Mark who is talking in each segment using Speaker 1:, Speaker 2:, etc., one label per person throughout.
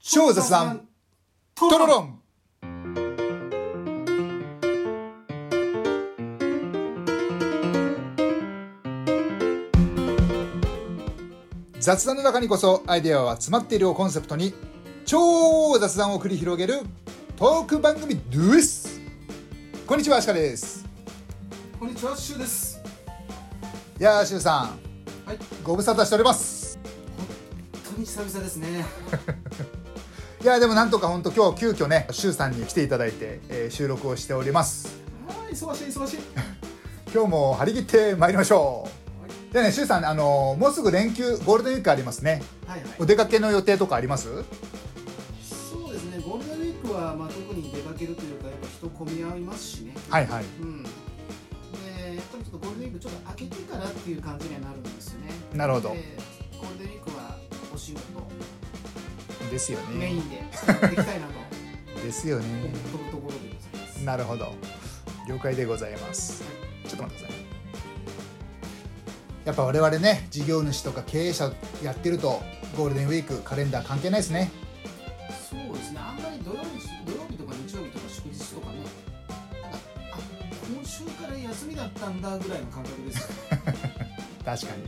Speaker 1: 翔座さん、トロロン。雑談の中にこそアイデアは詰まっているをコンセプトに超雑談を繰り広げるトーク番組ですこんにちはアシカです
Speaker 2: こんにちは、シュウです。
Speaker 1: いやーしゅうさん
Speaker 2: はい、
Speaker 1: ご無沙汰しております
Speaker 2: 本当に久々ですね。
Speaker 1: いやーでもなんとか本当今日急遽ねしゅうさんに来ていただいて、えー収録をしております
Speaker 2: はい、忙しい、忙しい。
Speaker 1: 今日も張り切って参りましょ
Speaker 2: は
Speaker 1: うじゃあねしゅうさんあのーもうすぐ連休ゴールデンウィークありますね
Speaker 2: はい、はい
Speaker 1: お。出かけの予定とかあります
Speaker 2: そうですね、ゴールデンウィークは、まあ、特に出かけるというか、やっぱ人混み合いますしね。
Speaker 1: はいはい
Speaker 2: うん。で、やっぱりちょっとゴールデンウィーク、ちょっと明けてからっていう感じにはなるんですよね。
Speaker 1: なるほど
Speaker 2: でゴールデンウィークは、お仕事、
Speaker 1: ですよ
Speaker 2: メイ
Speaker 1: ね
Speaker 2: ンで、やっていきたいなと、
Speaker 1: ですよね
Speaker 2: 思うところでございます。
Speaker 1: なるほど了解でございますちょっと待ってくださいやっぱ我々ね事業主とか経営者やってるとゴールデンウィークカレンダー関係ないですね
Speaker 2: そうですね、あんまり土曜日土曜日とか日曜日とか祝日とかね、なんか、あ今週から休みだったんだぐらいの感覚ですよ、
Speaker 1: 確かに
Speaker 2: う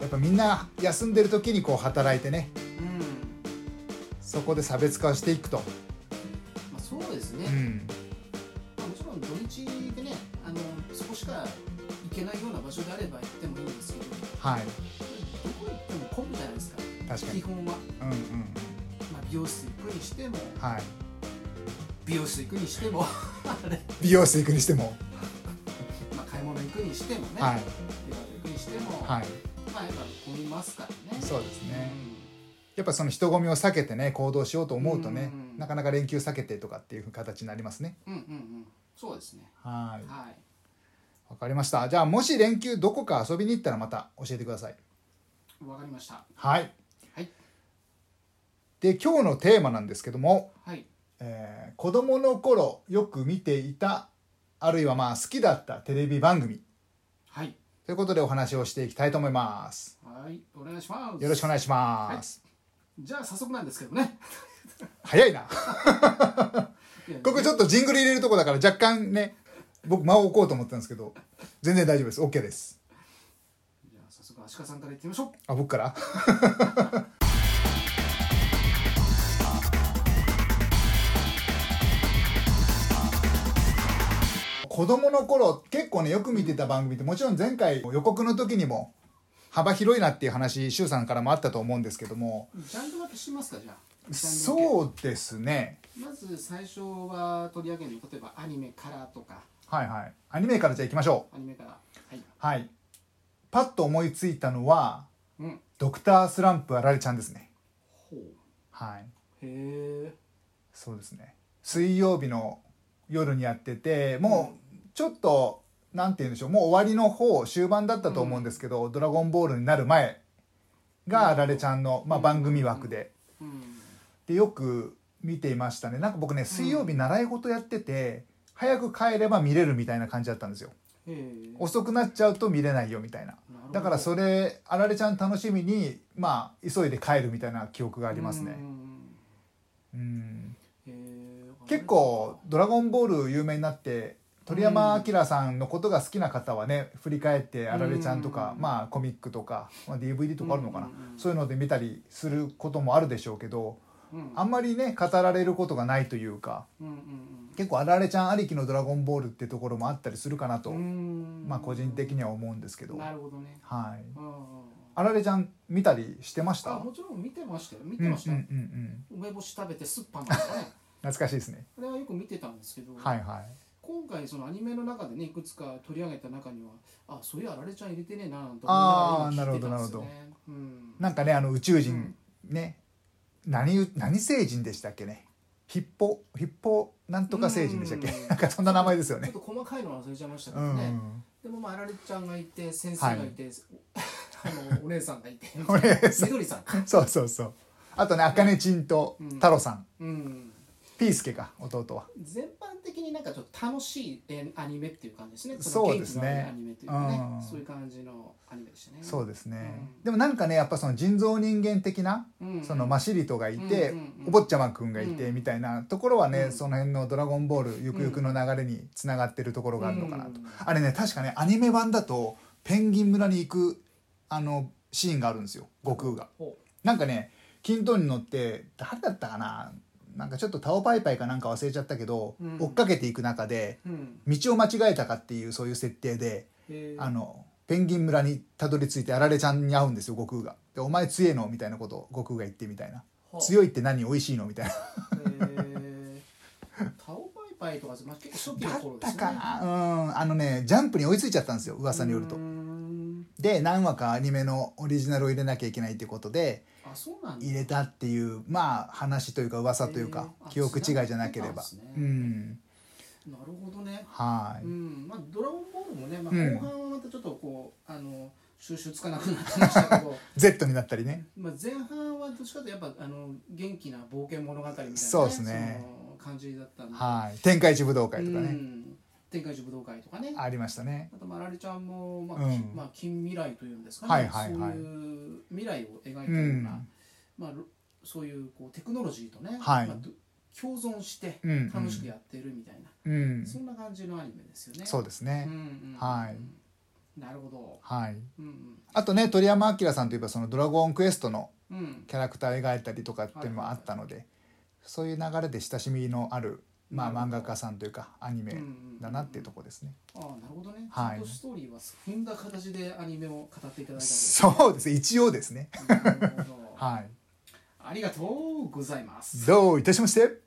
Speaker 1: やっぱみんな休んでる時にこう働いてね
Speaker 2: ん、うん
Speaker 1: そこで差別化をしていくと
Speaker 2: まあ、そうですね、
Speaker 1: うん
Speaker 2: まあ、もちろん土日でね、あの少しか行けないような場所であれば行ってもいいんですけど、ど
Speaker 1: はい
Speaker 2: こ行っても混むじゃないですか、
Speaker 1: 確か
Speaker 2: 基
Speaker 1: に
Speaker 2: 本は、
Speaker 1: うんうんうん
Speaker 2: まあ、美容室行くにしても、
Speaker 1: はい
Speaker 2: 美容室行くにしても、あれ
Speaker 1: 美容室行くにしても
Speaker 2: まあ、買い物行くにしてもね、
Speaker 1: はい
Speaker 2: デパート行くにしても、
Speaker 1: はい
Speaker 2: まあ、やっぱ混みますからね。
Speaker 1: そうですね
Speaker 2: うん
Speaker 1: やっぱその人混みを避けてね行動しようと思うとね
Speaker 2: うんうんうん
Speaker 1: なかなか連休避けてとかっていう形になりますね
Speaker 2: うんうんうん、そうですね。
Speaker 1: はい
Speaker 2: はい。
Speaker 1: わかりました。じゃあもし連休どこか遊びに行ったらまた教えてください。
Speaker 2: わかりました。
Speaker 1: はい。
Speaker 2: はい。
Speaker 1: で今日のテーマなんですけども、
Speaker 2: はい。
Speaker 1: えー子供の頃よく見ていたあるいはまあ好きだったテレビ番組
Speaker 2: はい。
Speaker 1: ということでお話をしていきたいと思います。
Speaker 2: はい。お願いします。
Speaker 1: よろしくお願いします。
Speaker 2: じゃあ、早速なんですけどね。
Speaker 1: 早いな。
Speaker 2: いや
Speaker 1: ここちょっとジングル入れるとこだから若干ね、僕間を置こうと思ったんですけど、全然大丈夫です。OK です。
Speaker 2: じゃあ、早速、アシカさんから行ってみましょ
Speaker 1: あ、僕から子供の頃結構ねよく見てた番組ってもちろん前回予告の時にも幅広いなっていう話周さんからもあったと思うんですけども
Speaker 2: う。ジャンル分けしますか、じゃあ。う。
Speaker 1: そうですね
Speaker 2: まず、最初は取り上げるの、例えば、アニメからとか、
Speaker 1: はいはいアニメからじゃあいきましょ
Speaker 2: アニメから。はい。
Speaker 1: うはいパッと思いついたのは
Speaker 2: うん。
Speaker 1: 「ドクタースランプあられちゃん」ですね
Speaker 2: ほう。
Speaker 1: はい
Speaker 2: へえ。
Speaker 1: そうですね水曜日の夜にやっててもうちょっとなんて言うんでしょうもう終わりの方終盤だったと思うんですけど「ドラゴンボール」になる前があられちゃんの、まあ、
Speaker 2: うん
Speaker 1: 番組枠で
Speaker 2: うん。
Speaker 1: でよく見ていましたねなんか僕ね水曜日習い事やってて、早く帰れば見れるみたいな感じだったんですよ
Speaker 2: へえ。
Speaker 1: 遅くなっちゃうと見れないよみたいな
Speaker 2: なるほど
Speaker 1: だからそれあられちゃん楽しみにまあ急いで帰るみたいな記憶があります
Speaker 2: う
Speaker 1: ね
Speaker 2: ん
Speaker 1: うん
Speaker 2: へえ。
Speaker 1: 結構「ドラゴンボール」有名になって鳥山明さんのことが好きな方はね振り返って「あられちゃん」とか、
Speaker 2: うん
Speaker 1: まあコミックとか、まあ、DVD とかあるのかな、
Speaker 2: うんうんうん
Speaker 1: そういうので見たりすることもあるでしょうけど
Speaker 2: うん、
Speaker 1: あんまりね語られることがないというか
Speaker 2: うんうん
Speaker 1: 結構「あられちゃん」ありきの「ドラゴンボール」ってところもあったりするかな
Speaker 2: う
Speaker 1: と、
Speaker 2: ん。うん
Speaker 1: まあ個人的には思うんですけど、
Speaker 2: なるほどね。
Speaker 1: はい、
Speaker 2: うんうん。
Speaker 1: あられちゃん見たりしてました
Speaker 2: あもちろん見てましたよ見てました、
Speaker 1: うんうんうんうん、
Speaker 2: 梅干し食べて酸っぱ なのね
Speaker 1: 懐かしいですね
Speaker 2: あれはよく見てたんですけど、
Speaker 1: はいはい
Speaker 2: 今回そのアニメの中でねいくつか取り上げた中にはあそういやあられちゃん入れてねえななんて思い
Speaker 1: あー
Speaker 2: ながら今聞いてたんですよねうん
Speaker 1: なんかねあの宇宙人、ね何何星人でしたっけねヒッポヒッポなんとか星人でしたっけ、
Speaker 2: うん
Speaker 1: なんかそんな名前ですよ
Speaker 2: ちょっ
Speaker 1: ね。
Speaker 2: と細かいのは忘れちゃいましたけ
Speaker 1: う
Speaker 2: どね、
Speaker 1: ん、
Speaker 2: でもまああられちゃんがいて先生がいて、おあのお姉さんがいて
Speaker 1: お姉さん
Speaker 2: みどりさん
Speaker 1: そうそうそうあとねあかねちんと太郎さん、
Speaker 2: うん
Speaker 1: ピースケか弟は
Speaker 2: 全般的になんかちょっと楽しいえアニメっていう感じですね
Speaker 1: そうですね
Speaker 2: の元気のあるアニメというかね、
Speaker 1: うん
Speaker 2: そういう感じのアニメでしたね
Speaker 1: そうですね、
Speaker 2: うん
Speaker 1: でもなんかねやっぱその人造人間的な、
Speaker 2: うん
Speaker 1: そのマシリトがいて、
Speaker 2: うんうんうん
Speaker 1: お坊ちゃまくんがいてみたいなところはね、
Speaker 2: うん
Speaker 1: その辺の「ドラゴンボール」ゆくゆくの流れにつながってるところがあるのかなと、
Speaker 2: うん
Speaker 1: あれね確かねアニメ版だとペンギン村に行くあのシーンがあるんですよ悟空が。
Speaker 2: ほ
Speaker 1: なんかね金ンに乗って誰だったかななんかちょっとタオパイパイかなんか忘れちゃったけど、
Speaker 2: うん
Speaker 1: 追っかけていく中で
Speaker 2: ううん
Speaker 1: 道を間違えたかっていうそういう設定で、
Speaker 2: へー
Speaker 1: あのペンギン村にたどり着いてあられちゃんに会うんですよ悟空が。で「お前強えの?」みたいなことを悟空が言ってみたいな「
Speaker 2: はあ
Speaker 1: 強いって何美味しいの?」みたいな。
Speaker 2: へータオパイパイとか、まあ、結構初期
Speaker 1: だ
Speaker 2: の
Speaker 1: っ
Speaker 2: 頃で
Speaker 1: た
Speaker 2: すね
Speaker 1: かなうんあのねジャンプに追いついちゃったんですよ噂によると
Speaker 2: うー。ん
Speaker 1: で何話かアニメのオリジナルを入れなきゃいけないっていうことで
Speaker 2: あそうなんだ
Speaker 1: 入れたっていうまあ話というか噂というか
Speaker 2: へーあ
Speaker 1: 記憶違いじゃなければ
Speaker 2: そうなん
Speaker 1: う
Speaker 2: ですね
Speaker 1: ん
Speaker 2: なるほどね
Speaker 1: は
Speaker 2: う
Speaker 1: い
Speaker 2: んまあ、ドラゴンボールもね、まあ、
Speaker 1: うん
Speaker 2: 後半はまたちょっとこう、あの収集つかなくなってましたけど
Speaker 1: Z になったりね
Speaker 2: まあ前半はどっちかというとやっぱあの元気な冒険物語みたいな、
Speaker 1: そうですね
Speaker 2: その感じだったんで、
Speaker 1: はい天下一武道
Speaker 2: う
Speaker 1: 会とかね
Speaker 2: ん、天下一武道会とかね
Speaker 1: ありましたね
Speaker 2: あとまあラリちゃんも、まあ
Speaker 1: うん
Speaker 2: きまあ、近未来というんですかね、
Speaker 1: はいはいはい
Speaker 2: そういう未来を描いてるような、
Speaker 1: うん
Speaker 2: まあ、ろそういうこうテクノロジーとね、
Speaker 1: はい
Speaker 2: まあど共存して
Speaker 1: うんうん
Speaker 2: 楽しくやってるみたいな、
Speaker 1: うん
Speaker 2: そんな感じのアニメですよね。
Speaker 1: そうです
Speaker 2: う
Speaker 1: ね
Speaker 2: んうんうん
Speaker 1: はい
Speaker 2: なるほど。
Speaker 1: はい
Speaker 2: うん
Speaker 1: あとね鳥山明さんといえばその「ドラゴンクエスト」の
Speaker 2: うんうん。
Speaker 1: キャラクター描いたりとかっていうのもあったのでそういう流れで親しみのあるまあ
Speaker 2: なる
Speaker 1: 漫
Speaker 2: ほ
Speaker 1: 画
Speaker 2: ど
Speaker 1: 家さんというかアニメだなっていうと
Speaker 2: こ。
Speaker 1: こですね
Speaker 2: ああなるほどね。
Speaker 1: はい
Speaker 2: ちゃんとストーリーは踏んだ形でアニメを語っていただいたんですね。
Speaker 1: そうです一応ですね
Speaker 2: なるほど
Speaker 1: はい
Speaker 2: ありがとうございます。
Speaker 1: どういたしまして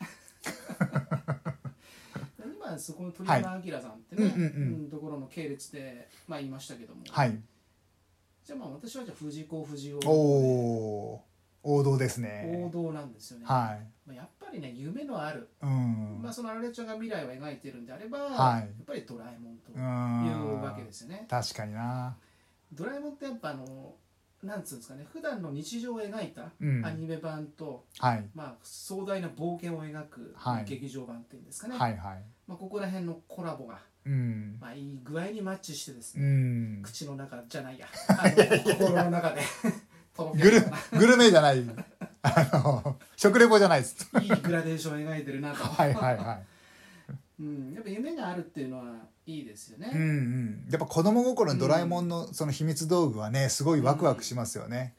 Speaker 2: 今そこの鳥山明さんってね、
Speaker 1: はいうんうんうん
Speaker 2: うんところの系列で、まあ、言いましたけども、
Speaker 1: はい
Speaker 2: じゃあまあ私はじゃあ藤子不二雄
Speaker 1: おおー王道です
Speaker 2: 王
Speaker 1: ね
Speaker 2: 道なんですよね、
Speaker 1: は
Speaker 2: まあ、やっぱりね夢のある、
Speaker 1: いうん
Speaker 2: まあ、そのあられちゃんが未来を描いてるんであれば、
Speaker 1: はい
Speaker 2: やっぱりドラえもんと
Speaker 1: う
Speaker 2: いうんわけですよね
Speaker 1: 確かにな
Speaker 2: ドラえもんってやっぱあのなんつうんですかね普段の日常を描いた
Speaker 1: うん
Speaker 2: アニメ版と、
Speaker 1: はい
Speaker 2: まあ、壮大な冒険を描く、
Speaker 1: はい
Speaker 2: 劇場版っていうんですかね、
Speaker 1: はいはい
Speaker 2: まあ、ここら辺のコラボが、
Speaker 1: うん
Speaker 2: まあ、いい具合にマッチしてですね
Speaker 1: うん
Speaker 2: 口の中じゃないやあの 心の中でとろけ
Speaker 1: グ
Speaker 2: る
Speaker 1: ル
Speaker 2: ような
Speaker 1: グルメじゃないあの食レポじゃないです
Speaker 2: いいグラデーションを描いてるなと、
Speaker 1: はいはいはい
Speaker 2: うん、やっぱ夢があるっていうのはいいですよね、
Speaker 1: うんうん、やっぱ子供心にドラえもんのその秘密道具はねすごいワクワクしますよね。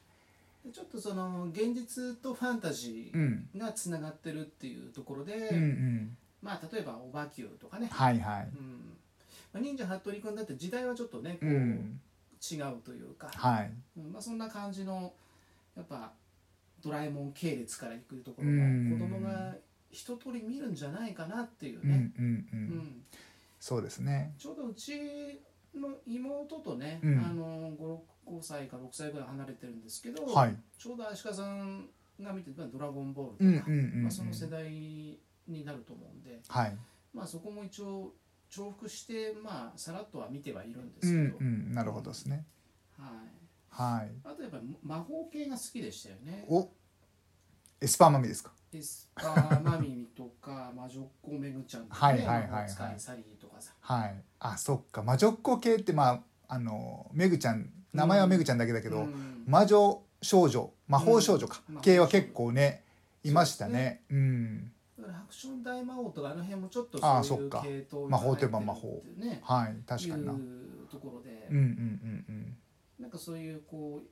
Speaker 2: でちょっとその現実とファンタジ
Speaker 1: うん、
Speaker 2: ーがつながってるっていうところで、
Speaker 1: うん、うん、
Speaker 2: まあ例えば「オバキュー」とかね、
Speaker 1: はいはい。
Speaker 2: うんまあ、忍者服部君だって時代はちょっとねこ
Speaker 1: う
Speaker 2: う、
Speaker 1: ん、
Speaker 2: 違うというか、
Speaker 1: はい。
Speaker 2: うんまあ、そんな感じのやっぱドラえもん系列からいくところが
Speaker 1: うん
Speaker 2: 子供が一通り見るんじゃないかなっていう
Speaker 1: うん、う
Speaker 2: ね、
Speaker 1: ん、う、
Speaker 2: うんん
Speaker 1: そうですね。
Speaker 2: ちょうどうちの妹とね、
Speaker 1: うん
Speaker 2: あの 5, 6 5歳か6歳ぐらい離れてるんですけど、
Speaker 1: はい。
Speaker 2: ちょうど足利さんが見てた「ドラゴンボール」
Speaker 1: うん、う
Speaker 2: と
Speaker 1: ん
Speaker 2: か、、
Speaker 1: うんう
Speaker 2: ま
Speaker 1: ん
Speaker 2: あ、その世代になると思うんで、
Speaker 1: はい。
Speaker 2: まあ、そこも一応重複して、まあ、さらっとは見てはいるんで
Speaker 1: うん、
Speaker 2: すけど、
Speaker 1: うん、なるほどですね。
Speaker 2: はい、
Speaker 1: はい。
Speaker 2: あとやっぱり魔法系が好きでしたよね。
Speaker 1: お。エスパーマミですか。
Speaker 2: エスパーマミミと か魔女っ子めぐちゃんとか、ね、
Speaker 1: はいはいはいはい
Speaker 2: 魔法使いサリーとかさ、
Speaker 1: はい。あ、そっか、魔女っ子系って、まあ、あの、めぐちゃん、名前はめぐちゃんだけだけど。
Speaker 2: うん
Speaker 1: 魔女少女、魔法少女か、
Speaker 2: うん
Speaker 1: 系は結構ね、いました
Speaker 2: そうで
Speaker 1: ね。うん。
Speaker 2: だからハクション大魔王とかあの辺もちょっと
Speaker 1: ああ
Speaker 2: そういう
Speaker 1: そっか
Speaker 2: 系統
Speaker 1: 魔法といえば魔法
Speaker 2: っていうね
Speaker 1: はい、確かにな。
Speaker 2: い
Speaker 1: うん、
Speaker 2: うところで、
Speaker 1: うん、うん、うん。
Speaker 2: なんかそういうこう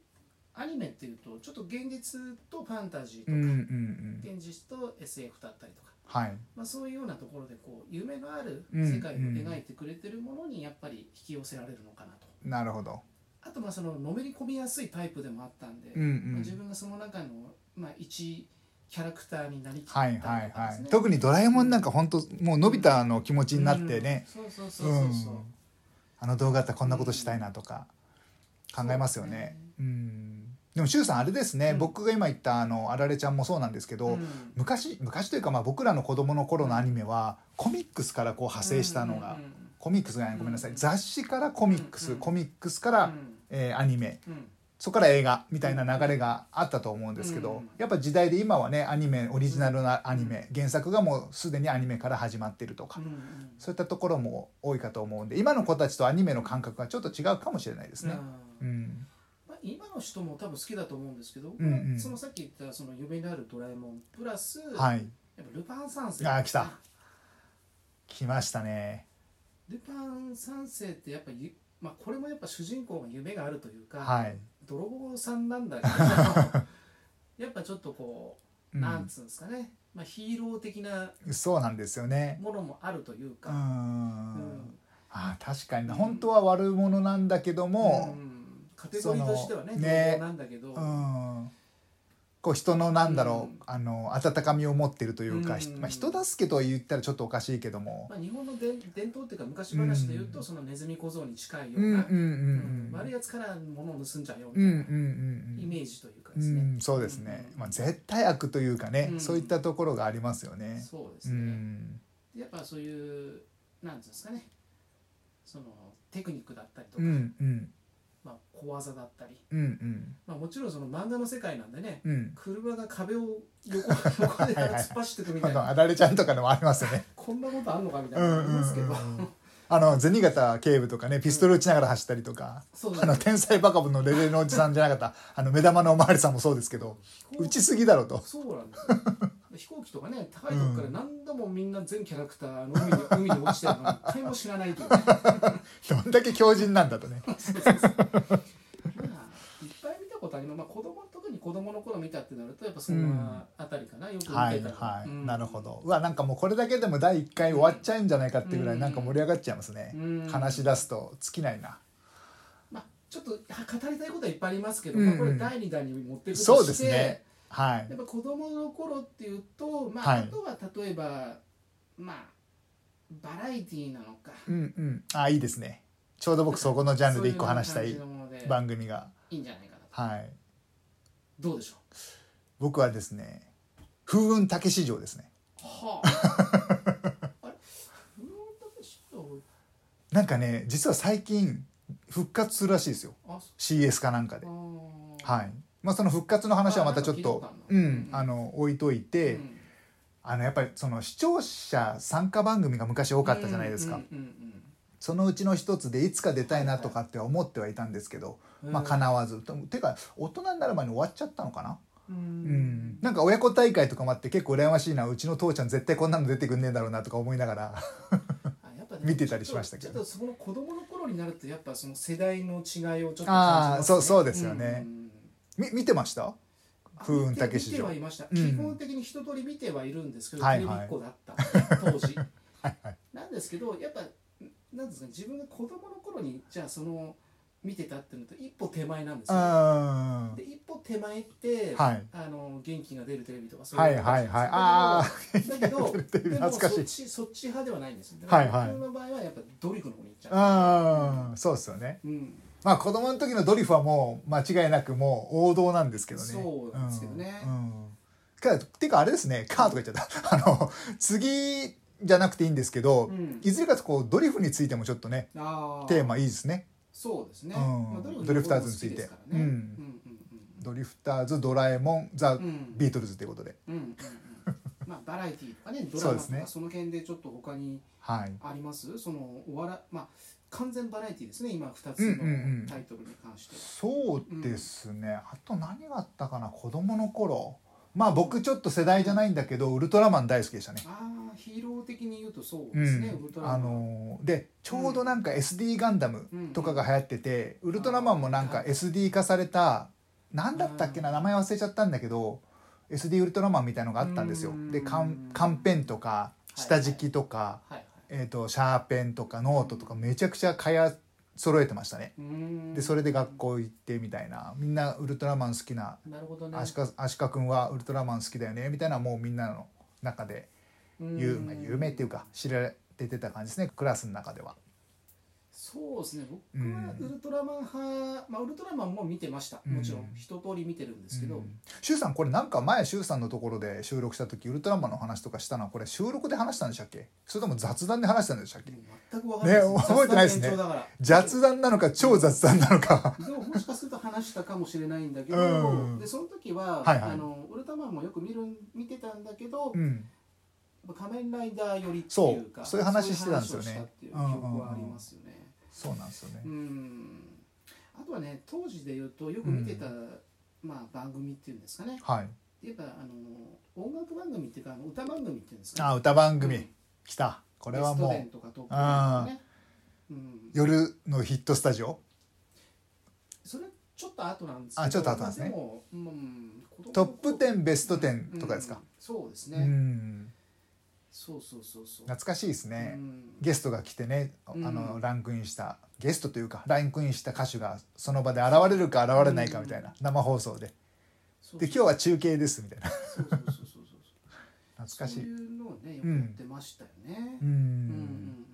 Speaker 2: アニメっていうとちょっと現実とファンタジ
Speaker 1: う
Speaker 2: ーとか、
Speaker 1: んうんうん
Speaker 2: 現実と SF だったりとか、
Speaker 1: はい
Speaker 2: まあ、そういうようなところでこう夢のある
Speaker 1: うん
Speaker 2: 世界を描いてくれてるものにやっぱり引き寄せられるのかなと、
Speaker 1: なるほど
Speaker 2: あとまあそののめり込みやすいタイプでもあったんで、
Speaker 1: うんう
Speaker 2: まあ
Speaker 1: ん
Speaker 2: 自分がその中の、まあ、一キャラクターになりきった
Speaker 1: はい
Speaker 2: りとか
Speaker 1: はいは
Speaker 2: ですね
Speaker 1: い特にドラえもんなんか本当もうのび太の気持ちになってね、
Speaker 2: うんそうそう
Speaker 1: う
Speaker 2: そ
Speaker 1: ん
Speaker 2: うそうそう、
Speaker 1: あの動画だったらこんなことしたいなとか考えますよねうんでもしゅうさんあれですね、
Speaker 2: うん
Speaker 1: 僕が今言ったあのあられちゃんもそうなんですけど、
Speaker 2: うん
Speaker 1: 昔昔というかまあ僕らの子供の頃のアニメはコミックスからこう派生したのが、
Speaker 2: うんうん
Speaker 1: コミックスがごめんなさい、雑誌からコミックス、
Speaker 2: うん
Speaker 1: コミックスから、
Speaker 2: うん
Speaker 1: えーアニメ
Speaker 2: うんうん
Speaker 1: そこから映画みたいな流れがあったと思うんですけど、
Speaker 2: うん
Speaker 1: やっぱ時代で今はねアニメオリジナルのアニメ、原作がもうすでにアニメから始まってるとか、
Speaker 2: うんうん
Speaker 1: そういったところも多いかと思うんで今の子たちとアニメの感覚がちょっと違うかもしれないです
Speaker 2: うん
Speaker 1: ね。うん
Speaker 2: まあ、今の人も多分好きだと思うんですけど、
Speaker 1: んうん
Speaker 2: そのさっき言ったその夢のあるドラえもんプラス、
Speaker 1: はい
Speaker 2: やっぱルパン三世
Speaker 1: あー来た来ましたね。
Speaker 2: ルパン三世ってやっぱゆ、まあ、これもやっぱ主人公が夢があるというか、
Speaker 1: はい、
Speaker 2: 泥棒さんなんだけど やっぱちょっとこう、
Speaker 1: うん
Speaker 2: なんつうんですかね、まあ、ヒーロー的な
Speaker 1: そうなんですよね。
Speaker 2: ものもあるという
Speaker 1: う。
Speaker 2: か、うん
Speaker 1: あー確かにな
Speaker 2: うん
Speaker 1: 本当は悪者なんだけども、
Speaker 2: うんカテゴリーとしてはね
Speaker 1: そのね
Speaker 2: 泥棒なんだけど、
Speaker 1: うんこう人のなんだろう、
Speaker 2: うん
Speaker 1: あの温かみを持ってるというか、
Speaker 2: うん
Speaker 1: ひまあ、人助けと言ったらちょっとおかしいけども、
Speaker 2: まあ、日本ので伝統っていうか昔話で言うと、
Speaker 1: うん
Speaker 2: そのネズミ小僧に近いよ
Speaker 1: うん
Speaker 2: う
Speaker 1: うん
Speaker 2: な、
Speaker 1: うん
Speaker 2: うん
Speaker 1: うん
Speaker 2: 悪いやつから物を盗んじゃう
Speaker 1: う
Speaker 2: よ
Speaker 1: ん
Speaker 2: み
Speaker 1: う
Speaker 2: た
Speaker 1: ん
Speaker 2: いなイ
Speaker 1: うん
Speaker 2: メージというか
Speaker 1: う
Speaker 2: ですね、
Speaker 1: んそうですね、まあ、絶対悪というかね、
Speaker 2: うん
Speaker 1: そういったところがありますよね。
Speaker 2: そうです
Speaker 1: う
Speaker 2: ね、
Speaker 1: ん
Speaker 2: やっぱそういうなんていうんですかねそのテクニックだったりと
Speaker 1: う
Speaker 2: か、
Speaker 1: んうん
Speaker 2: まあ、小技だったり、
Speaker 1: うんうん
Speaker 2: まあ、もちろんその漫画の世界なんでね
Speaker 1: うん
Speaker 2: 車が壁を横 横で
Speaker 1: はいはい
Speaker 2: 突っ走っていくみた
Speaker 1: あ
Speaker 2: い
Speaker 1: の
Speaker 2: な
Speaker 1: あられちゃんとかのもありますよね。
Speaker 2: こんなことあんのかみたい
Speaker 1: うん
Speaker 2: な
Speaker 1: う
Speaker 2: のあり
Speaker 1: んうん
Speaker 2: ますけど、
Speaker 1: うんあの銭形警部とかねピストル打ちながら走ったりとか、
Speaker 2: そう
Speaker 1: あの天才バカボンのレベルのおじさんじゃなかったあの目玉のおまわりさんもそうですけど
Speaker 2: 飛行
Speaker 1: 打ちすぎだろと
Speaker 2: そうなんですよ飛行機とかね高いとこから何度もみんな全キャラクターの海に海に落ちてるのに一回も知らない というね
Speaker 1: どんだけ強靭なんだとね
Speaker 2: そうそうそうまあいっぱい見たことあります、まあ、子供特に子供の頃見たってなるとやっぱそんなあたりかな、よく見てたの
Speaker 1: はいはい、
Speaker 2: うん
Speaker 1: なるほどうわなんかもうこれだけでも第1回終わっちゃうんじゃないかってぐら
Speaker 2: う
Speaker 1: い
Speaker 2: ん
Speaker 1: なんか盛り上がっちゃいますね、
Speaker 2: うん
Speaker 1: 話し出すと尽きないな、
Speaker 2: まあ、ちょっとは語りたいことはいっぱいありますけど、
Speaker 1: うんうん
Speaker 2: まあ、これ第2弾に持っていくとして
Speaker 1: そうですねはい
Speaker 2: やっぱ子供の頃っていうと、まあ
Speaker 1: はい
Speaker 2: あとは例えばまあバラエティーなのか
Speaker 1: うんうんあいいですねちょうど僕そこのジャンルで1個話した
Speaker 2: そうい
Speaker 1: いう
Speaker 2: ような感じのもので
Speaker 1: 番組が
Speaker 2: いいんじゃないかなと
Speaker 1: はい
Speaker 2: どうでしょう
Speaker 1: 僕はですね風雲竹市場ですね
Speaker 2: はああれフロントシート
Speaker 1: なんかね実は最近復活するらしいですよ
Speaker 2: あそ
Speaker 1: CS かなんかで
Speaker 2: うあー
Speaker 1: はいまあその復活の話はまたちょっと
Speaker 2: あなんか聞いたことあ
Speaker 1: う
Speaker 2: るなん
Speaker 1: あの置いといて、
Speaker 2: うん
Speaker 1: あのやっぱりその視聴者参加番組が昔多かったじゃないですか、
Speaker 2: うんうん
Speaker 1: そのうちの一つでいつか出たいなとかって思ってはいたんですけど、
Speaker 2: うん
Speaker 1: まあ叶わずとてか大人になる前に終わっちゃったのかな、
Speaker 2: う
Speaker 1: うん
Speaker 2: ん
Speaker 1: なんか親子大会とかもあって結構羨ましいなうちの父ちゃん絶対こんなの出てくんねえだろうなとか思いながら
Speaker 2: あやっぱね
Speaker 1: 見てたりしましたけど
Speaker 2: ちょっとちょっとそこの子供の頃になるとやっぱその世代の違いをちょっと感じます、ね、
Speaker 1: あーそうそうですよね
Speaker 2: ん
Speaker 1: み見てました風雲竹市
Speaker 2: 見て
Speaker 1: 場
Speaker 2: はいました、
Speaker 1: うん
Speaker 2: 基本的に一通り見てはいるんですけど、
Speaker 1: はい
Speaker 2: テレ
Speaker 1: は
Speaker 2: ビ
Speaker 1: い
Speaker 2: っ子だった 当時
Speaker 1: はいはい
Speaker 2: なんですけどやっぱなんですかね自分が子供の頃にじゃあその見てたっていうのと一歩手前なんですよ
Speaker 1: あ
Speaker 2: で一歩手前って、
Speaker 1: はい
Speaker 2: あの元気が出るテレビとか
Speaker 1: ー
Speaker 2: そう
Speaker 1: はいいう
Speaker 2: の
Speaker 1: はいはいあ
Speaker 2: が
Speaker 1: あ
Speaker 2: 出てるんですよだけど
Speaker 1: ーテ レビ
Speaker 2: でも
Speaker 1: 懐かし
Speaker 2: そ
Speaker 1: い
Speaker 2: っちそっち派ではないんですよ。
Speaker 1: はいはい
Speaker 2: 僕の場合はやっぱドリフの方に行っちゃ
Speaker 1: ああそうですよね
Speaker 2: う。うん。
Speaker 1: まあ子供の時のドリフはもう間違いなくもう王道なんですけどね。
Speaker 2: そうなんですけどね
Speaker 1: うん。うんかてかあれですね、カーとか言っちゃった。 あの、次じゃなくていいんですけど、
Speaker 2: うん
Speaker 1: いずれかとこうドリフについてもちょっとね、
Speaker 2: ああ。
Speaker 1: テーマいいですね。
Speaker 2: そうですね。
Speaker 1: うん
Speaker 2: まあ
Speaker 1: ドリフターズについて
Speaker 2: 僕も好きですか
Speaker 1: う
Speaker 2: らね
Speaker 1: ん
Speaker 2: うんうん
Speaker 1: ドリフターズ、ドラえもん、ザ・
Speaker 2: うんうん
Speaker 1: ビートルズということで。
Speaker 2: うんうんうんまあバラエティーとかねド
Speaker 1: そ
Speaker 2: ラ
Speaker 1: うで
Speaker 2: マと
Speaker 1: すね
Speaker 2: かその辺でちょっと他に
Speaker 1: はい。
Speaker 2: ありますそのお笑いまあ完全バラエティーですね今二つ
Speaker 1: うんう
Speaker 2: の
Speaker 1: んうん
Speaker 2: タイトルに関しては
Speaker 1: そうですね、あと何があったかな、子供の頃。まあ僕ちょっと世代じゃないんだけど、ウルトラマン大好きでしたね。
Speaker 2: ああヒーロー的に言うとそう
Speaker 1: う
Speaker 2: ですね、ウ
Speaker 1: ん
Speaker 2: ルトラマン
Speaker 1: あのーでちょうどなんか SD ガンダムとかが流行ってて、ウルトラマンもなんか
Speaker 2: はい
Speaker 1: SD 化された何だったっけな名前忘れちゃったんだけど SD ウルトラマンみたいのがあったんですよ
Speaker 2: う。ん
Speaker 1: でカンカンペンとか
Speaker 2: いはい
Speaker 1: 下敷きとか、
Speaker 2: はいはい
Speaker 1: えー、とシャーペンとかノートとかめちゃくちゃ買いあ揃えてましたね。
Speaker 2: うーん
Speaker 1: でそれで学校行ってみたいなみんなウルトラマン好きな
Speaker 2: なるほどね
Speaker 1: アシカアシカ君はウルトラマン好きだよねみたいなもうみんなの中で
Speaker 2: うん
Speaker 1: 有名有名っていうか知られてた感じですねクラスの中では
Speaker 2: そうですね僕
Speaker 1: うん
Speaker 2: はウルトラマン派、まあ、ウルトラマンも見てましたもちろ
Speaker 1: うん
Speaker 2: ん一通り見てるんですけど、
Speaker 1: うんシュウさんこれなんか前シュウさんのところで収録した時ウルトラマンの話とかしたのはこれ収録で話したんでしたっけそれとも雑談で話したんでしたっけ
Speaker 2: もう全く分かんないです、
Speaker 1: ね覚えてないですね
Speaker 2: 雑談の延長だから
Speaker 1: 雑談なのか超雑談なのか
Speaker 2: でももしかすると話したかもしれないんだけど、
Speaker 1: うん
Speaker 2: でその時は、
Speaker 1: はいはい
Speaker 2: あのウルトラマンもよく見る見てたんだけど、
Speaker 1: うん
Speaker 2: 仮面ライダーよりって
Speaker 1: そう
Speaker 2: いうか
Speaker 1: そういう話してたんですよね
Speaker 2: そういう話をしたっていう記憶はありますよね。
Speaker 1: そうなんですよね
Speaker 2: うんあとはね当時で言うとよく見てた、まあ、番組っていうんですかね
Speaker 1: はい
Speaker 2: やっぱあの音楽番組っていうかあの歌番組っていうんですかね
Speaker 1: あ歌番
Speaker 2: う
Speaker 1: 組
Speaker 2: ん
Speaker 1: 来たこ
Speaker 2: こ
Speaker 1: れはもう
Speaker 2: とかトークライブとかね、うん、
Speaker 1: 夜のヒットスタジオ
Speaker 2: それちょっと後なんです
Speaker 1: あちょっと後なんですね
Speaker 2: まあもうん子供の頃
Speaker 1: トップ10ベスト10とかです
Speaker 2: う
Speaker 1: か
Speaker 2: んそうです
Speaker 1: う
Speaker 2: ね、
Speaker 1: ん
Speaker 2: そうそうそうそう
Speaker 1: 懐かしいですね
Speaker 2: うん
Speaker 1: ゲストが来てねあ
Speaker 2: うん
Speaker 1: のランクインしたゲストというかランクインした歌手がその場で現れるか現れないかみたいな生放送で
Speaker 2: そう
Speaker 1: で今日は中継ですみたいな
Speaker 2: そうそうそうそうそう
Speaker 1: 懐かし
Speaker 2: そう
Speaker 1: い
Speaker 2: いうのをねよくやってましたよね
Speaker 1: う
Speaker 2: うんうんうんうん
Speaker 1: ん
Speaker 2: うん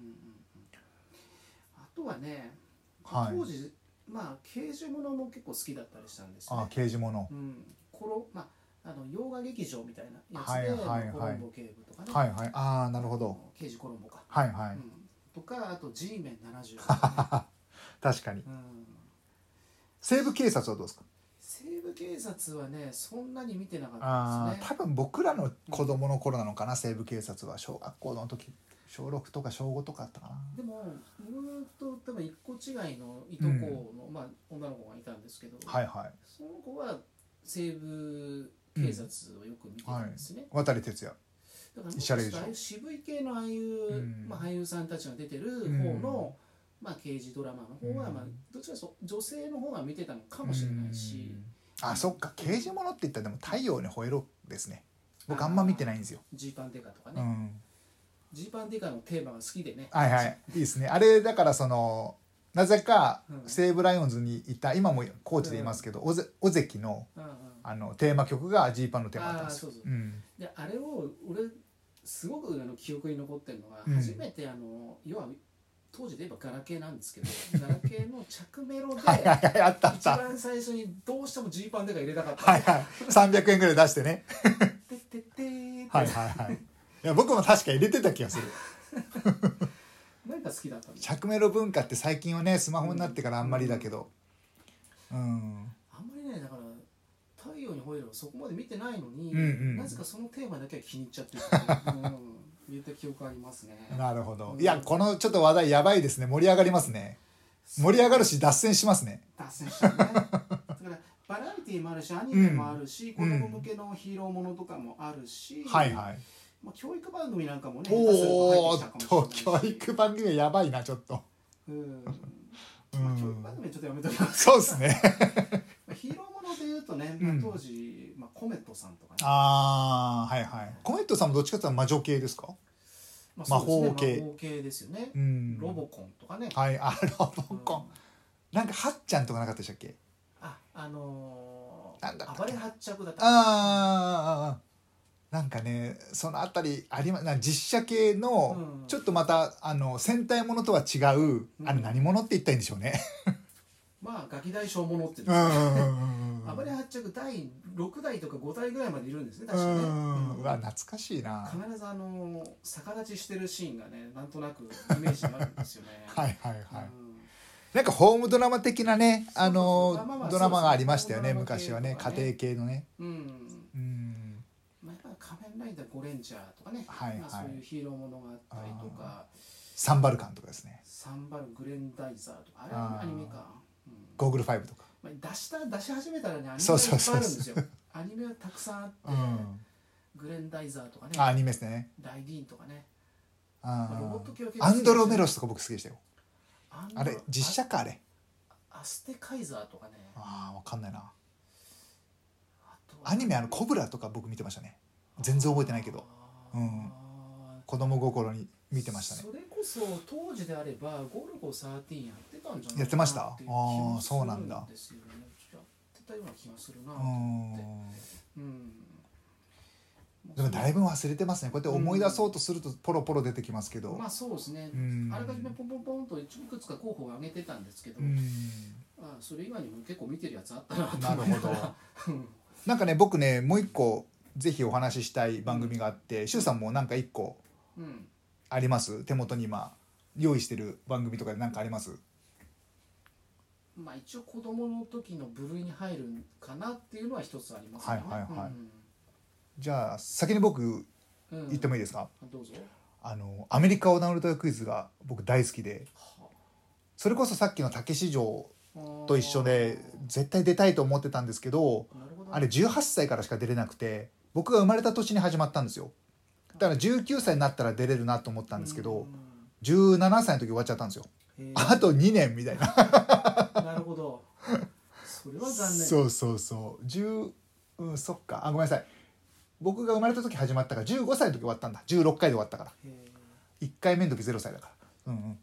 Speaker 2: あとはね
Speaker 1: はい
Speaker 2: 当時まあ刑事ものも結構好きだったりしたんです
Speaker 1: あ
Speaker 2: ね
Speaker 1: 刑事もの
Speaker 2: うんコロまああの洋画劇場みたいなやつ
Speaker 1: はい
Speaker 2: で
Speaker 1: はいはい
Speaker 2: コロンボ警部とかね
Speaker 1: はいはいああなるほ
Speaker 2: あ
Speaker 1: ど
Speaker 2: の刑事コロンボか
Speaker 1: はいはい
Speaker 2: うんとかあと G メン70と か
Speaker 1: 確かに
Speaker 2: ねうん
Speaker 1: 西部警察はどうですか
Speaker 2: 西部警察はねそんなに見てなかった
Speaker 1: あ
Speaker 2: です
Speaker 1: あ
Speaker 2: ね
Speaker 1: 多分僕らの子供の頃なのかな西部警察は小学校の時小6とか小5とかあったかな
Speaker 2: でも僕と多分一個違いのいとこの、まあ、女の子がいたんですけど、
Speaker 1: はいはい
Speaker 2: その子は西部警察をよく見てたんですね、
Speaker 1: 渡哲也
Speaker 2: だから
Speaker 1: 慰謝令
Speaker 2: ああいう渋い系のああいう、
Speaker 1: うん
Speaker 2: まあ、俳優さんたちが出てる方の、まあ、刑事ドラマの方は、
Speaker 1: うん
Speaker 2: まあ、どちらかというと女性の方が見てたのかもしれないし
Speaker 1: うんあそっか刑事ものって言ったらでも「太陽に吠えろ」ですね僕あんま見てないんですよ
Speaker 2: ジー、パンデカとか
Speaker 1: う
Speaker 2: ね
Speaker 1: ん
Speaker 2: ジー、パンデカのテーマが好きでね
Speaker 1: はいはいいいですねあれだからそのなぜか
Speaker 2: うん
Speaker 1: 西武ライオンズにいた今もコーチでいますけど尾関尾関の
Speaker 2: うんうん
Speaker 1: あのテーマ曲がジーパンのテーマだったんですよ
Speaker 2: あーそうそ
Speaker 1: う
Speaker 2: う
Speaker 1: ん
Speaker 2: であれを俺すごくあの記憶に残ってるのが、
Speaker 1: うん
Speaker 2: 初めてあの要は当時で言えばガラケーなんです けどガラケーの着メロで
Speaker 1: はいはいはいあったあっ
Speaker 2: 一
Speaker 1: た
Speaker 2: 番最初にどうしてもジーパンでが入れたかった
Speaker 1: はいはい300円ぐらい出してね
Speaker 2: 「てってってー」って、
Speaker 1: はいはいはい。いや僕も確か入れてた気がする。
Speaker 2: なんか好きだったんです
Speaker 1: 着メロ文化って最近はねスマホになってからあんまりだけど。うん。
Speaker 2: あんまりねだから「太陽に吠える」をそこまで見てないのに、
Speaker 1: うんうん
Speaker 2: なぜかそのテーマだけは気に入っちゃってる、うん、言った記憶ありますね
Speaker 1: なるほど
Speaker 2: う。ん
Speaker 1: いやこのちょっと話題やばいですね。盛り上がりますね。盛り上がるし脱線しますね。
Speaker 2: 脱線したねだからバラエティーもあるしアニメもあるし、
Speaker 1: うん
Speaker 2: 子供向けのヒーローものとかもあるし、
Speaker 1: はいはい。
Speaker 2: まあ、教育番組なんかもね下手する
Speaker 1: おお
Speaker 2: 入
Speaker 1: っ
Speaker 2: ってきた
Speaker 1: と
Speaker 2: かもしれ
Speaker 1: 教
Speaker 2: ないし
Speaker 1: 育番組はやばいなちょっと。
Speaker 2: うん、
Speaker 1: う
Speaker 2: まあ、教育
Speaker 1: ん
Speaker 2: 番。組はちょっとやめとき ます、
Speaker 1: そうですね。
Speaker 2: まあ、ヒーローものでいうとね、
Speaker 1: うん
Speaker 2: まあ、当時、まあ、コメットさんとかね
Speaker 1: ああはいはい。コメットさんもどっちかっていうと魔女系ですか。
Speaker 2: まあそう
Speaker 1: 魔法系
Speaker 2: ですね魔法系ですよね
Speaker 1: う、ん。
Speaker 2: ロボコンとかね、
Speaker 1: はいあロボコ
Speaker 2: う
Speaker 1: ン
Speaker 2: ん。
Speaker 1: なんかはっちゃんとかなかったでしたっけ。
Speaker 2: ああのー
Speaker 1: なんだったっけ
Speaker 2: 暴れ発着だった
Speaker 1: あーなんかねそのあたりありまな実写系の
Speaker 2: うん
Speaker 1: ちょっとまたあの戦隊ものとは違う、あれ
Speaker 2: うん
Speaker 1: 何者って言ったらいいんでしょうね。
Speaker 2: まあガキ大将ものっていうんです
Speaker 1: うんう
Speaker 2: か
Speaker 1: んうんうん
Speaker 2: 暴れ発着第6代とか5代ぐらいまでいるんですね
Speaker 1: う
Speaker 2: 確かね、
Speaker 1: ん
Speaker 2: う
Speaker 1: うんわ懐かしいな。
Speaker 2: 必ずあの逆立ちしてるシーンがねなんとなくイメージがあるんですよね
Speaker 1: はいはいはい、
Speaker 2: うん
Speaker 1: なんかホームドラマ的なねあの
Speaker 2: そうそうまあまあ
Speaker 1: ドラマがありましたよね
Speaker 2: そうそう
Speaker 1: 昔はね
Speaker 2: ホ
Speaker 1: 家
Speaker 2: ームドラマ
Speaker 1: 庭系のね。
Speaker 2: うん
Speaker 1: うん
Speaker 2: まあ、やっぱ仮面ライダーゴレンジャーとかね、
Speaker 1: はいはい
Speaker 2: まあ、そういうヒーローものがあったりとか
Speaker 1: サンバルカンとかですね
Speaker 2: サンバルグレンダイザーとかあれ
Speaker 1: あー
Speaker 2: はアニメか、うん
Speaker 1: ゴーグルファイブとか。
Speaker 2: まあ、出した出し始めたらねアニメ
Speaker 1: そ
Speaker 2: が
Speaker 1: う
Speaker 2: いっ
Speaker 1: そう
Speaker 2: ぱい
Speaker 1: そう
Speaker 2: あるんですよアニメはたくさんあって、
Speaker 1: うん、
Speaker 2: グレンダイザーとか
Speaker 1: あア
Speaker 2: ね
Speaker 1: ニメですね。
Speaker 2: ライディーンとかね
Speaker 1: あ
Speaker 2: まあロボット系は
Speaker 1: ー
Speaker 2: 結構
Speaker 1: アンドロメロ
Speaker 2: 好きですね
Speaker 1: スとか僕好きでしたよ。
Speaker 2: あんな
Speaker 1: あれ実写かあれ。
Speaker 2: あアステカイザーとかね
Speaker 1: ああわかんないな。
Speaker 2: あとは
Speaker 1: アニメあのコブラとか僕見てましたね全然覚えてないけど
Speaker 2: あー
Speaker 1: うん子供心に見てましたね
Speaker 2: それこそ当時であればゴルゴ13やってたんじゃないかな
Speaker 1: やってました
Speaker 2: ていう気も
Speaker 1: あーそうなんだ
Speaker 2: するですよねやってたような気がするな
Speaker 1: う
Speaker 2: と
Speaker 1: ーん
Speaker 2: 思ってうんま
Speaker 1: でもだいぶ忘れてますねこうやって思い出そうとするとポロポロ出てきますけど、
Speaker 2: まあそうですね
Speaker 1: う、ん
Speaker 2: あらかじめポンポンポンといくつか候補を挙げてたんですけど、
Speaker 1: うん
Speaker 2: あそれ以外にも結構見てるやつあったなと思
Speaker 1: な るほど
Speaker 2: ど
Speaker 1: なんかね僕ねもう一個ぜひお話ししたい番組があって周さんもなんか一個
Speaker 2: うん
Speaker 1: あります手元に今用意してる番組とかで何かあります
Speaker 2: まあ一応子供の時の部類に入るかなっていうのは一つあります
Speaker 1: はいはいはいじゃあ先に僕
Speaker 2: い
Speaker 1: 言ってもいいですか、
Speaker 2: どうぞ、
Speaker 1: あのアメリカオナウルトクイズが僕大好きで
Speaker 2: は
Speaker 1: それこそさっきのたけし城
Speaker 2: あ
Speaker 1: と一緒で絶対出たいと思ってたんですけど
Speaker 2: なるほどね
Speaker 1: あれ18歳からしか出れなくて僕が生まれた年に始まったんですよだから19歳になったら出れるなと思ったんですけど17歳の時終わっちゃったんですよ
Speaker 2: うんへえ
Speaker 1: あと2年みたいな
Speaker 2: なるほどそれは残念
Speaker 1: そうそうそう10うんそっかあごめんなさい僕が生まれた時始まったから15歳の時終わったんだ16回で終わったから
Speaker 2: へえ
Speaker 1: 1回目の時0歳だからうん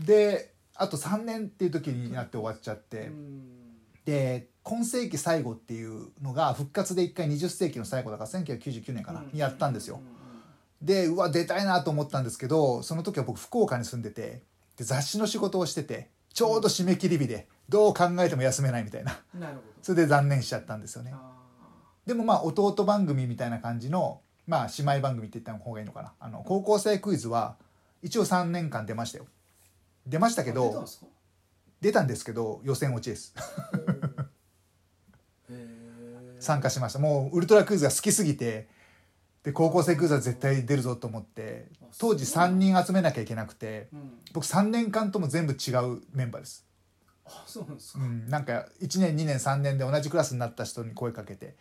Speaker 1: うんであと3年っていう時になって終わっちゃって、
Speaker 2: うん
Speaker 1: で今世紀最後っていうのが復活で1回20世紀の最後だから1999年かな、にやったんですよ、
Speaker 2: ううん
Speaker 1: でうわ出たいなと思ったんですけどその時は僕福岡に住んでてで雑誌の仕事をしててちょうど締め切り日でどう考えても休めないみたいな
Speaker 2: うんなるほど
Speaker 1: それで残念しちゃったんですよね
Speaker 2: あ
Speaker 1: でもまあ弟番組みたいな感じのまあ姉妹番組って言った方がいいのかなあの高校生クイズは一応3年間出ましたよ出まし
Speaker 2: ー
Speaker 1: たけ
Speaker 2: あ出たん
Speaker 1: ど
Speaker 2: ですか
Speaker 1: 出たんですけど予選落ちです
Speaker 2: へえ
Speaker 1: 参加しましたもうウルトラクイズが好きすぎてで高校生クイズは絶対出るぞと思って当時3人集めなきゃいけなくて
Speaker 2: うん
Speaker 1: 僕3年間とも全部違うメンバーです、
Speaker 2: あそうなんです
Speaker 1: う
Speaker 2: か、
Speaker 1: ん、なんか1年2年3年で同じクラスになった人に声かけて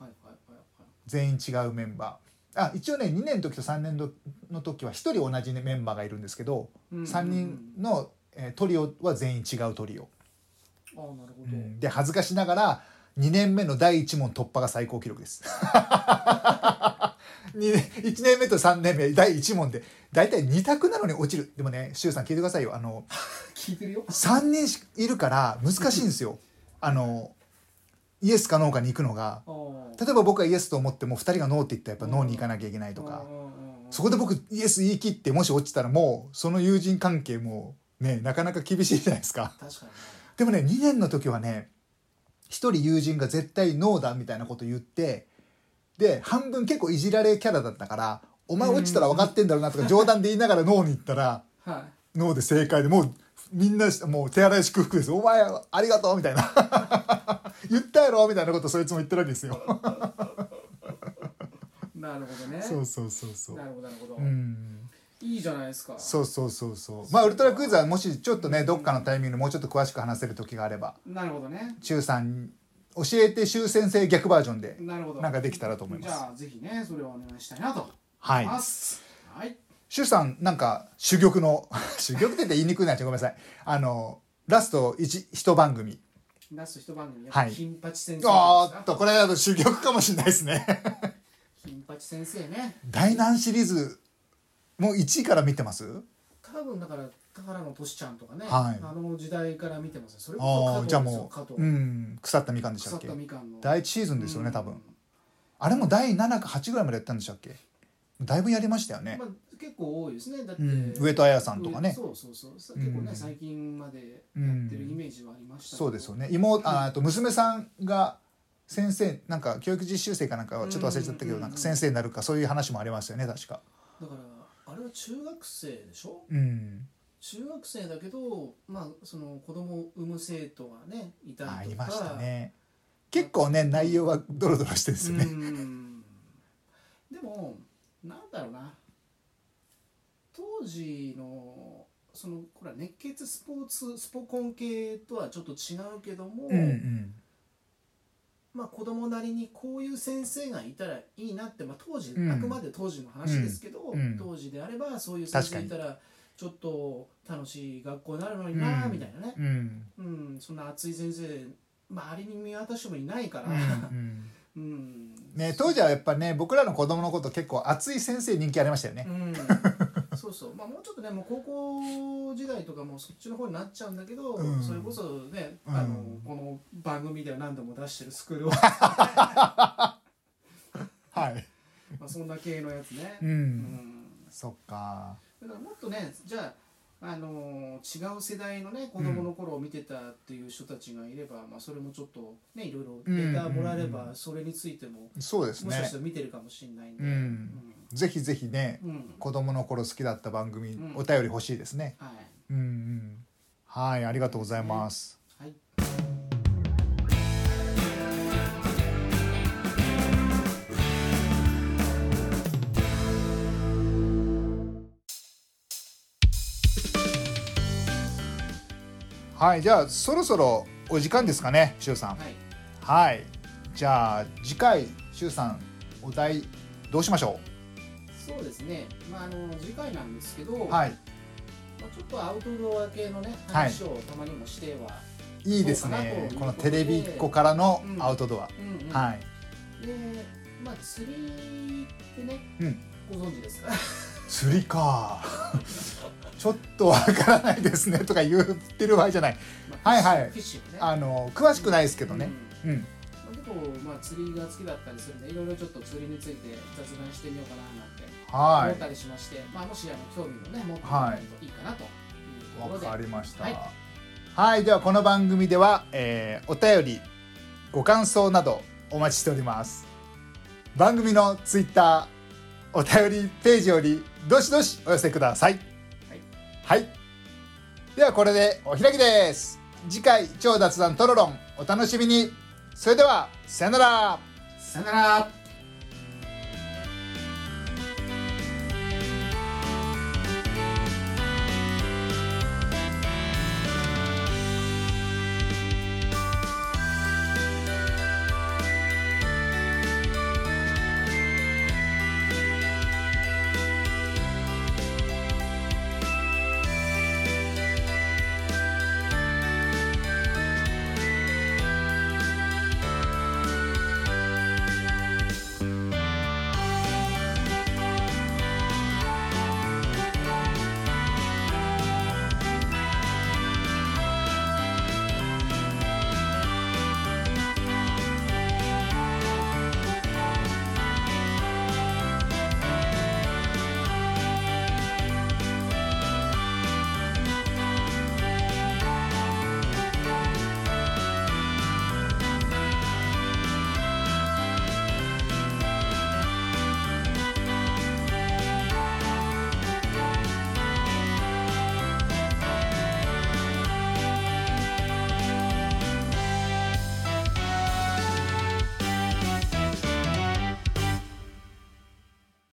Speaker 2: はいはいはいはい
Speaker 1: 全員違うメンバーあ一応ね2年の時と3年のの時は1人同じメンバーがいるんですけど、
Speaker 2: うんうんうん
Speaker 1: 3人の、えートリオは全員違うトリオ、
Speaker 2: ああなるほど、
Speaker 1: うんで恥ずかしながら2年目の第1問突破が最高記録です 二年1年目と3年目第1問で大体2択なのに落ちるでもね周さん聞いてくださいよあの
Speaker 2: 聞いてるよ
Speaker 1: 3人しいるから難しいんですよあのイエスかノーかに行くのが
Speaker 2: あー
Speaker 1: 例えば僕がイエスと思っても2人がノーって言ったらやっぱノーに行かなきゃいけないとか
Speaker 2: うんうんうん
Speaker 1: そこで僕イエス言い切ってもし落ちたらもうその友人関係もねなかなか厳しいじゃないですか
Speaker 2: 確かにね
Speaker 1: でもね2年の時はね1人友人が絶対ノーだみたいなこと言ってで半分結構いじられキャラだったから「お前落ちたら分かってんだろうな」とか冗談で言いながらノーに行ったら
Speaker 2: は
Speaker 1: ノーで正解でもうみんなもう手荒い祝福です「お前ありがとう」みたいな 「言ったやろ」みたいなことそいつも言ってるわけですよ。
Speaker 2: いなるほど ね
Speaker 1: そうそうそうそう
Speaker 2: なるほどなるほど、
Speaker 1: うん
Speaker 2: いいじゃないですか
Speaker 1: そうそうそうそうまあウルトラクイズはもしちょっとねどっかのタイミングでもうちょっと詳しく話せる時があれば
Speaker 2: なるほどね
Speaker 1: 中さん教えて周先生逆バージョンで
Speaker 2: なるほど
Speaker 1: なんかできたらと思いま
Speaker 2: じ
Speaker 1: す
Speaker 2: ゃあぜひねそれをお願いしたいなと
Speaker 1: は
Speaker 2: 思いま
Speaker 1: い
Speaker 2: すはい
Speaker 1: 周さんなんか珠玉の 珠玉って言って言いにくいなごめんなさいあのラスト一一番組
Speaker 2: ラスト一番組
Speaker 1: はい
Speaker 2: 金八先生
Speaker 1: お
Speaker 2: で
Speaker 1: ーっ
Speaker 2: すか
Speaker 1: とこれだと珠玉かもしれないですね
Speaker 2: 金八先生ね
Speaker 1: 大難シリーズもう1位から見てます
Speaker 2: 多分だから宝のトシちゃんとかね、
Speaker 1: はい
Speaker 2: あの時代から見てますねそれ
Speaker 1: あ
Speaker 2: こ
Speaker 1: あ
Speaker 2: そ
Speaker 1: じ
Speaker 2: 加
Speaker 1: ゃあ
Speaker 2: 藤ですよ
Speaker 1: も
Speaker 2: 加藤、
Speaker 1: う、うん、腐ったみかんでした
Speaker 2: 腐
Speaker 1: っ
Speaker 2: っ
Speaker 1: け
Speaker 2: たみかんの
Speaker 1: 第1シーズンですよね多分、あれも第7か8ぐらいまでやったんでしたっけだいぶやりましたよね、
Speaker 2: まあ、結構多いですねだって、
Speaker 1: うん、上戸彩さんとかね
Speaker 2: そうそうそうさ結構ね、
Speaker 1: うん
Speaker 2: 最近までやってるイメージはありましたけど
Speaker 1: そうですよね妹ああと娘さんが先生なんか教育実習生かなんかはちょっと忘れちゃったけ
Speaker 2: う
Speaker 1: ど
Speaker 2: ん
Speaker 1: なんか先生になるかそういう話もありますよね確か
Speaker 2: だからあれは中学生でしょ
Speaker 1: うん
Speaker 2: 中学生だけど、まあ、その子供を産む生徒がねいたりとか
Speaker 1: ありましたね結構ね内容はドロドロしてるんですよね、
Speaker 2: うんでもなんだろうな当時のそのこれは熱血スポーツスポコン系とはちょっと違うけども、
Speaker 1: うん、うん
Speaker 2: まあ、子供なりにこういう先生がいたらいいなって、まあ、当時、
Speaker 1: うん
Speaker 2: あくまで当時の話ですけど、
Speaker 1: うん
Speaker 2: 当時であればそういう先生いたらちょっと楽しい学校になるのにな
Speaker 1: うん
Speaker 2: みたいなね、
Speaker 1: うんうん
Speaker 2: うんそんな熱い先生周りに見渡してもいないから、
Speaker 1: うん
Speaker 2: うん
Speaker 1: ね、当時はやっぱね僕らの子供のこと結構熱い先生人気ありましたよね、
Speaker 2: うん、そうそうまあもうちょっとねもう高校時代とかもそっちの方になっちゃうんだけど、
Speaker 1: うん
Speaker 2: それこそね、
Speaker 1: うん
Speaker 2: あのこの 番組では何度も出してるスクールを、
Speaker 1: はい
Speaker 2: まあそんな系のやつね
Speaker 1: うん、
Speaker 2: うん
Speaker 1: そっか
Speaker 2: だからもっとねじゃあ、あのー違う世代のね子供の頃を見てたっていう人たちがいれば、まあ、それもちょっとねいろいろデータもらえれば、
Speaker 1: うんうんうん
Speaker 2: それについても
Speaker 1: そうです
Speaker 2: もしか
Speaker 1: ね
Speaker 2: したら見てるかもしれないんで、
Speaker 1: うんぜひぜひね
Speaker 2: うんうん
Speaker 1: 子供の頃好きだった番組、
Speaker 2: うん
Speaker 1: お便り欲しいですね
Speaker 2: はい
Speaker 1: うんうんはいありがとうございます、
Speaker 2: はい
Speaker 1: はいじゃあそろそろお時間ですかねしゅうさん
Speaker 2: はい
Speaker 1: はいじゃあ次回しゅうさんお題どうしましょ
Speaker 2: そうですね、まあ、あの次回なんですけど、
Speaker 1: うはい
Speaker 2: まあ、ちょっとアウトドア系のね
Speaker 1: はい
Speaker 2: 話をたまにもしては、
Speaker 1: いいですねこのテレビっ子からのアウトドア、
Speaker 2: うんうん
Speaker 1: はい
Speaker 2: でまあ釣りってね、
Speaker 1: うん
Speaker 2: ご存 知ですか
Speaker 1: 釣りか ちょっとわからないですねとか言ってる場合じゃない
Speaker 2: まあ
Speaker 1: はいはい
Speaker 2: フィッシュフィッシュね
Speaker 1: あの詳しくないですけどね
Speaker 2: うん
Speaker 1: うん、
Speaker 2: まあ、結構、まあ、釣りが好きだったりするんでいろいろちょっと釣りについて雑談してみようかななんて
Speaker 1: は
Speaker 2: 思っ
Speaker 1: い
Speaker 2: たりしまして、まあ、もしあの興味もね持っても
Speaker 1: は
Speaker 2: ら
Speaker 1: い
Speaker 2: えるといいかなというとこ
Speaker 1: わ
Speaker 2: ろで、
Speaker 1: かりましたは
Speaker 2: はいい、
Speaker 1: ではこの番組では、えーお便りご感想などお待ちしております番組のツイッターお便りページよりどしどしお寄せください
Speaker 2: はい
Speaker 1: はい、ではこれでお開きです次回超脱談トロロンお楽しみにそれではさよなら
Speaker 2: さよなら